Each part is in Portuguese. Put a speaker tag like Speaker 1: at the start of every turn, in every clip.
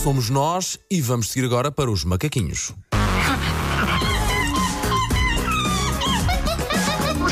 Speaker 1: fomos nós e vamos seguir agora para os macaquinhos.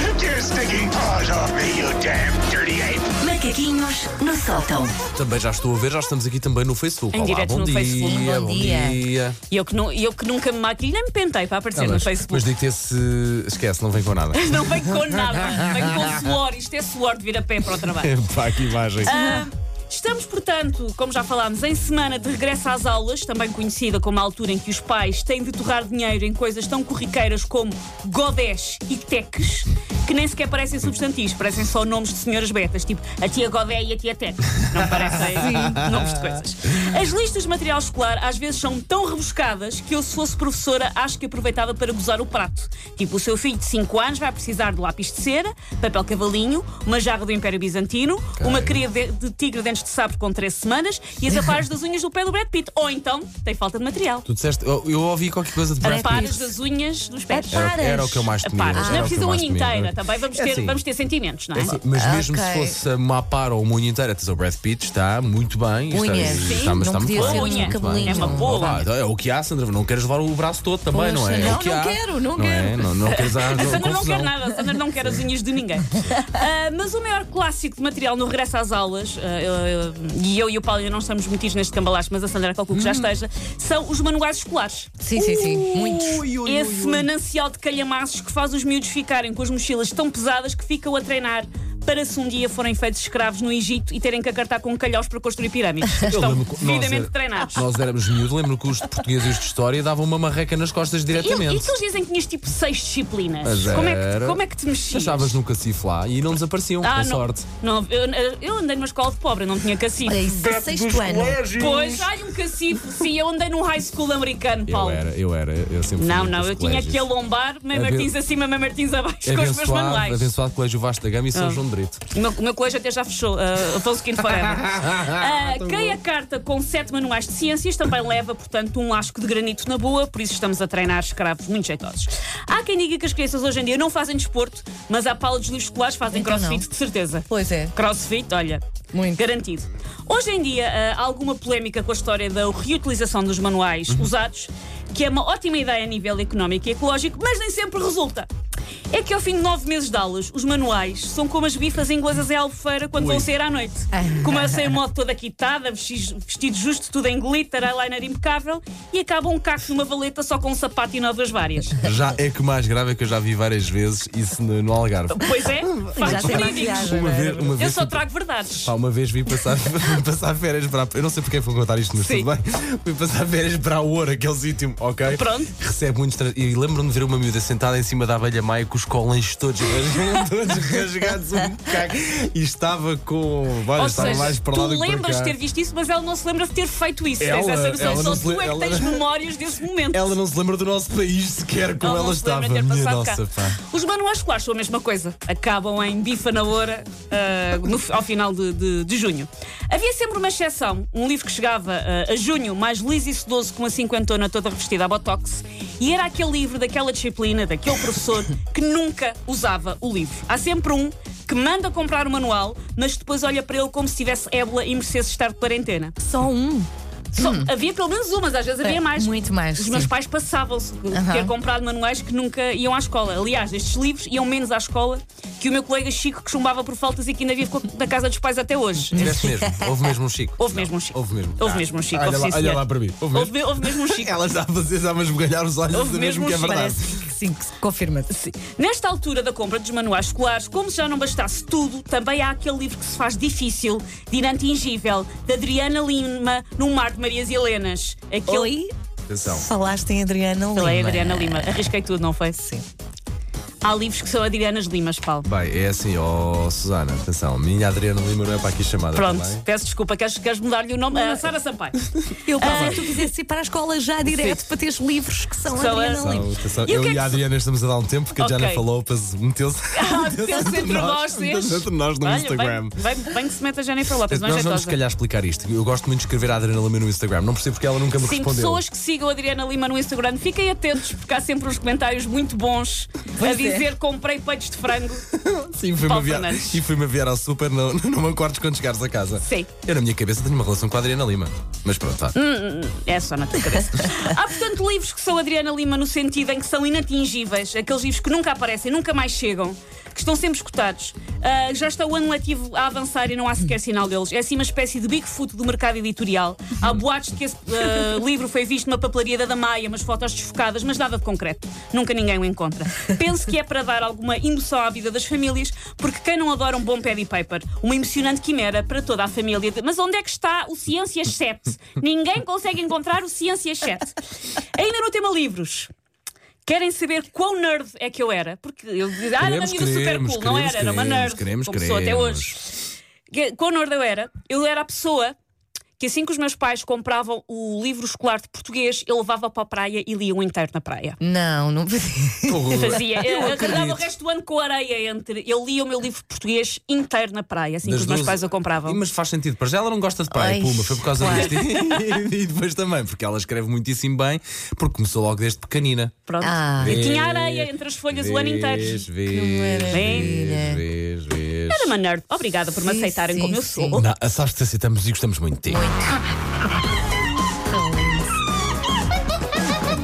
Speaker 2: Take your stinking paws off me, you damn dirty ape!
Speaker 3: Macaquinhos no sótão.
Speaker 1: Também já estou a ver, já estamos aqui também no Facebook.
Speaker 4: Em
Speaker 1: Olá,
Speaker 4: direto
Speaker 1: bom
Speaker 4: no
Speaker 1: dia,
Speaker 4: Facebook, bom dia.
Speaker 1: dia.
Speaker 4: E eu que, nu- eu que nunca me maquilho, nem me pentei para aparecer no
Speaker 1: Ah, mas,
Speaker 4: Facebook.
Speaker 1: mas digo-te esse. Esquece, não vem com nada.
Speaker 4: Não vem com nada, vem com suor. Isto é suor de vir a pé para o trabalho.
Speaker 1: Pá, que imagem.
Speaker 4: Ah, Estamos, portanto, como já falámos, em semana de regresso às aulas, também conhecida como a altura em que os pais têm de torrar dinheiro em coisas tão corriqueiras como godés e teques, que nem sequer parecem substantivos, parecem só nomes de senhoras betas, tipo a tia godé e a tia teques. Não parecem nomes de coisas. As listas de material escolar às vezes são tão rebuscadas que eu, se fosse professora, acho que aproveitava para gozar o prato. Tipo, o seu filho de 5 anos vai precisar de lápis de cera, papel cavalinho, uma jarra do Império Bizantino, uma cria de, de tigre dentes de sapo com 13 semanas e as aparas das unhas do pé do Brad Pitt. Ou então, tem falta de material.
Speaker 1: Tu disseste, eu, eu ouvi qualquer coisa de Brad
Speaker 4: Aparas
Speaker 1: Pitt.
Speaker 4: das unhas dos pés.
Speaker 1: Era, era o que eu mais temia.
Speaker 4: Aparas. Não
Speaker 1: era
Speaker 4: é
Speaker 1: o que
Speaker 4: preciso
Speaker 1: eu
Speaker 4: a
Speaker 1: mais
Speaker 4: unha
Speaker 1: temia.
Speaker 4: inteira, também vamos
Speaker 1: É
Speaker 4: ter,
Speaker 1: assim.
Speaker 4: vamos ter sentimentos, não é?
Speaker 1: É assim, mas mesmo se
Speaker 5: Ah, ok.
Speaker 1: fosse uma para ou uma unha inteira, tens o Brad Pitt está muito bem. e
Speaker 5: Unha,
Speaker 1: está,
Speaker 5: sim,
Speaker 1: está, mas
Speaker 5: não
Speaker 1: está
Speaker 5: podia
Speaker 1: muito
Speaker 5: ser
Speaker 1: bem,
Speaker 4: um
Speaker 1: muito bem.
Speaker 5: cabelinho.
Speaker 4: É uma boa.
Speaker 1: Olá, então é o que há, Sandra. Não queres levar o braço todo também,
Speaker 5: Pois,
Speaker 1: não é? É
Speaker 5: não,
Speaker 1: o que
Speaker 5: não
Speaker 1: há.
Speaker 5: quero, não
Speaker 1: É?
Speaker 5: quero.
Speaker 1: Não, não queres a
Speaker 4: A Sandra não quer nada, a Sandra não quer as unhas de ninguém. Ah, mas o maior clássico de material no regresso às aulas, ah, eu- eu- e eu e o Paulo ainda não estamos metidos neste cambalacho, mas a Sandra calculo que
Speaker 1: Hum.
Speaker 4: já esteja, são os manuais escolares.
Speaker 5: Sim, sim, sim. Muitos.
Speaker 4: Esse manancial de calhamaços que faz os miúdos ficarem com as mochilas tão pesadas que ficam a treinar para se um dia forem feitos escravos no Egito e terem que acartar com calhaus para construir pirâmides. Estão
Speaker 1: lembro que- nós
Speaker 4: devidamente
Speaker 1: era-
Speaker 4: treinados.
Speaker 1: Nós éramos miúdo, lembro que os de português e os de história davam uma marreca nas costas
Speaker 4: E, e que
Speaker 1: diretamente.
Speaker 4: eles dizem que tinhas tipo seis disciplinas.
Speaker 1: Mas
Speaker 4: como, é que,
Speaker 1: era.
Speaker 4: como é que te mexias?
Speaker 1: Achavas no cacifo lá e não desapareciam, com
Speaker 4: Ah, não,
Speaker 1: sorte.
Speaker 4: Não, eu, eu andei numa escola de pobre, não tinha cacife.
Speaker 5: Olha, isso é sexto ano.
Speaker 4: Pois, ai, um cacife. Sim, eu andei num high school americano,
Speaker 1: Eu
Speaker 4: Paulo.
Speaker 1: era, eu era, eu sempre fui
Speaker 4: Não,
Speaker 1: muito
Speaker 4: não, eu
Speaker 1: dos
Speaker 4: tinha
Speaker 1: colégios.
Speaker 4: que alombar, meio
Speaker 1: Aben-
Speaker 4: Martins acima, meio Martins abaixo, com os meus
Speaker 1: É Abençoado,
Speaker 4: manuais.
Speaker 1: abençoado colégio Vasco da Gama e São
Speaker 4: Ah.
Speaker 1: João de Brito.
Speaker 4: O meu, o meu colégio até já fechou, uh, Afonso Quinto Forever. Ah, quem a carta com sete manuais de ciências também leva, portanto, um lasco de granito na boa, por isso estamos a treinar escravos muito jeitosos. Há quem diga que as crianças hoje em dia não fazem desporto, mas há pala dos livros escolares fazem
Speaker 5: Então
Speaker 4: crossfit,
Speaker 5: não.
Speaker 4: de certeza.
Speaker 5: Pois é.
Speaker 4: Crossfit, olha,
Speaker 5: Muito.
Speaker 4: garantido. Hoje em dia ah, há alguma polémica com a história da reutilização dos manuais
Speaker 5: Uhum.
Speaker 4: usados, que é uma ótima ideia a nível económico e ecológico, mas nem sempre resulta. É que ao fim de nove meses de aulas, os manuais são como as bifas inglesas em Albufeira quando vão sair à noite. Começam em modo toda quitada, vesti- vestido justo, tudo em glitter, eyeliner impecável e acabam um caco numa valeta só com um sapato e novas várias.
Speaker 1: Já é que o mais grave é que eu já vi várias vezes isso no, no Algarve.
Speaker 4: Pois é,
Speaker 5: Já
Speaker 4: factos
Speaker 5: tem
Speaker 4: verídicos.
Speaker 5: maquiagem.
Speaker 1: Uma vez, uma
Speaker 4: Eu
Speaker 1: vez
Speaker 4: só trago verdades.
Speaker 1: Pá, uma vez vim passar, vim passar férias para. a- Eu não sei porque é que vou contar isto, mas
Speaker 4: Sim.
Speaker 1: tudo bem. Vim passar férias para a Ouro, aquele sítio, ok?
Speaker 4: Pronto.
Speaker 1: Recebe muito. tra- E lembro-me de ver uma miúda sentada em cima da abelha maia com os colãs todos, rasgados, todos rasgados um bocado. E estava com. Olha,
Speaker 4: Ou
Speaker 1: estava
Speaker 4: seja,
Speaker 1: mais para lá
Speaker 4: tu
Speaker 1: do que para
Speaker 4: lembras
Speaker 1: cá.
Speaker 4: de ter visto isso, mas ela não se lembra de ter feito isso.
Speaker 1: Ela-
Speaker 4: Tens essa noção.
Speaker 1: ela não
Speaker 4: Só
Speaker 1: se
Speaker 4: tu
Speaker 1: le-
Speaker 4: é que
Speaker 1: ela-
Speaker 4: tens memórias desse momento.
Speaker 1: Ela não se lembra do nosso país sequer como
Speaker 4: Ela
Speaker 1: ela,
Speaker 4: não se
Speaker 1: estava.
Speaker 4: lembra de ter
Speaker 1: Minha
Speaker 4: passado
Speaker 1: nossa,
Speaker 4: cá.
Speaker 1: pá.
Speaker 4: Os manuais escolares são a mesma coisa. Acabam em bifa na hora ah, no- ao final de, de- de junho. Havia sempre uma exceção. Um livro que chegava ah, a junho, mais liso e sedoso, com a cinquentona toda revestida a botox. E era aquele livro daquela disciplina, daquele professor, que nunca usava o livro. Há sempre um que manda comprar o manual, mas depois olha para ele como se tivesse ébola e merecesse estar de quarentena.
Speaker 5: Só um.
Speaker 4: Só- havia pelo menos umas, às vezes havia
Speaker 5: É,
Speaker 4: mais.
Speaker 5: muito mais,
Speaker 4: Os meus
Speaker 5: sim.
Speaker 4: pais passavam-se de
Speaker 5: Aham.
Speaker 4: ter comprado manuais que nunca iam à escola. Aliás, estes livros iam menos à escola que o meu colega Chico, que chumbava por faltas e que ainda vive co- na casa dos pais até hoje.
Speaker 1: Tiveste mesmo. Houve mesmo um Chico.
Speaker 4: Houve mesmo um Chico.
Speaker 1: Houve mesmo.
Speaker 4: Houve mesmo um Chico,
Speaker 1: Olha,
Speaker 4: houve
Speaker 1: lá,
Speaker 4: sim,
Speaker 1: olha
Speaker 4: senhor.
Speaker 1: lá para mim. Houve
Speaker 4: Houve,
Speaker 1: mesmo.
Speaker 4: me- houve mesmo um Chico.
Speaker 1: Ela está a fazer, está a esbugalhar os olhos,
Speaker 4: Houve
Speaker 1: a mesmo
Speaker 4: mesmo
Speaker 1: que é
Speaker 4: um Chico.
Speaker 1: verdade.
Speaker 5: Parece que sim, que se confirma-se.
Speaker 4: Nesta altura da compra dos manuais escolares, como se já não bastasse tudo, também há aquele livro que se faz difícil, de inatingível, de Adriana Lima, num mar de Marias e Helenas. Aquele...
Speaker 5: Oi?
Speaker 1: Atenção.
Speaker 5: Falaste Então. em Adriana Lima.
Speaker 4: Falei Adriana Lima. Arrisquei tudo, não foi? Sim. Há livros que são Adrianas Limas, Paulo.
Speaker 1: Bem, é assim, ó Susana, atenção, minha Adriana Lima não é para aqui chamada.
Speaker 4: Pronto,
Speaker 1: tá bem?
Speaker 4: peço desculpa, queres, queres mudar-lhe o nome? Ah, Sara Sampaio.
Speaker 5: Eu pensei que tu quisesse ir para a escola já direto para teres livros que são
Speaker 4: São
Speaker 5: Adriana
Speaker 4: a-
Speaker 5: Lima.
Speaker 1: Então, atenção,
Speaker 4: E o
Speaker 1: eu
Speaker 4: que é
Speaker 1: e
Speaker 4: que
Speaker 1: a
Speaker 4: se-
Speaker 1: Adriana estamos a dar um tempo porque a Jana
Speaker 4: Ok.
Speaker 1: falou, meteu-se
Speaker 4: Ah,
Speaker 1: meteu-se
Speaker 4: meteu-se entre nós,
Speaker 1: meteu-se
Speaker 4: vocês.
Speaker 1: entre nós no
Speaker 4: Olha,
Speaker 1: Instagram.
Speaker 4: Bem, bem, bem que se mete a Jennifer Lopes, não é
Speaker 1: Nós vamos, se
Speaker 4: jeitosa.
Speaker 1: calhar, explicar isto. Eu gosto muito de escrever a Adriana Lima no Instagram. Não percebo porque ela nunca me
Speaker 4: Sim,
Speaker 1: respondeu.
Speaker 4: pessoas que sigam a Adriana Lima no Instagram, fiquem atentos porque há sempre uns comentários muito bons a
Speaker 5: Pois é.
Speaker 4: dizer dizer comprei peitos de frango.
Speaker 1: Sim, fui-me
Speaker 4: Paulo
Speaker 1: aviar,
Speaker 4: Fernandes.
Speaker 1: e fui-me aviar ao super, não, não me acordes quando chegares a casa.
Speaker 4: Sim.
Speaker 1: Eu, na minha cabeça, tenho uma relação com a Adriana Lima. Mas pronto, vá.
Speaker 4: É só na tua cabeça. Há, portanto, livros que são Adriana Lima no sentido em que são inatingíveis, aqueles livros que nunca aparecem, nunca mais chegam, que estão sempre escutados. Ah, já está o ano letivo a avançar e não há sequer sinal deles. É assim uma espécie de Bigfoot do mercado editorial. Há boatos de que esse ah, livro foi visto numa papelaria da Damaia, umas fotos desfocadas, mas nada de concreto. Nunca ninguém o encontra. Penso que é para dar alguma emoção à vida das famílias, porque quem não adora um bom paddy paper? Uma emocionante quimera para toda a família. de- Mas onde é que está o Ciências 7? Ninguém consegue encontrar o Ciências 7. Ainda no tema livros. Querem saber quão nerd é que eu era? Porque eu dizia, ah, era uma
Speaker 1: Queremos,
Speaker 4: miúda super
Speaker 1: queremos,
Speaker 4: cool, não era? Era uma
Speaker 1: queremos,
Speaker 4: nerd.
Speaker 1: queremos,
Speaker 4: como sou até
Speaker 1: queremos.
Speaker 4: hoje. Que- Quão nerd eu era? Eu era a pessoa que, assim que os meus pais compravam o livro escolar de português, eu levava para a praia e lia o inteiro na praia.
Speaker 5: Não, não podia.
Speaker 1: Porra.
Speaker 4: Fazia. assim Eu, eu
Speaker 1: acredito.
Speaker 4: acordava o resto do ano com a areia entre. Eu lia o meu livro português inteiro na praia, assim
Speaker 1: Das
Speaker 4: que os meus
Speaker 1: duas-
Speaker 4: pais o compravam.
Speaker 1: Mas faz sentido. Para já ela não gosta de praia.
Speaker 5: Ai,
Speaker 1: Puma, foi por causa
Speaker 5: claro.
Speaker 1: disto. E, depois também, porque ela escreve muitíssimo bem, porque começou logo desde pequenina.
Speaker 4: Pronto.
Speaker 5: Ah.
Speaker 4: E
Speaker 1: Vês,
Speaker 4: tinha areia entre as folhas o ano inteiro.
Speaker 1: Vês, vês, vês,
Speaker 5: maravilha.
Speaker 1: vês, vês.
Speaker 4: Era uma nerd. Obrigada por me
Speaker 5: Sim,
Speaker 4: aceitarem
Speaker 5: sim,
Speaker 4: como eu
Speaker 5: sim.
Speaker 4: sou.
Speaker 1: Não, sabes que te aceitamos e gostamos muito de ti.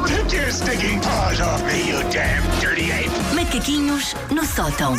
Speaker 2: Take your stinking paws off me, you damn dirty ape!
Speaker 3: Macaquinhos no sótão.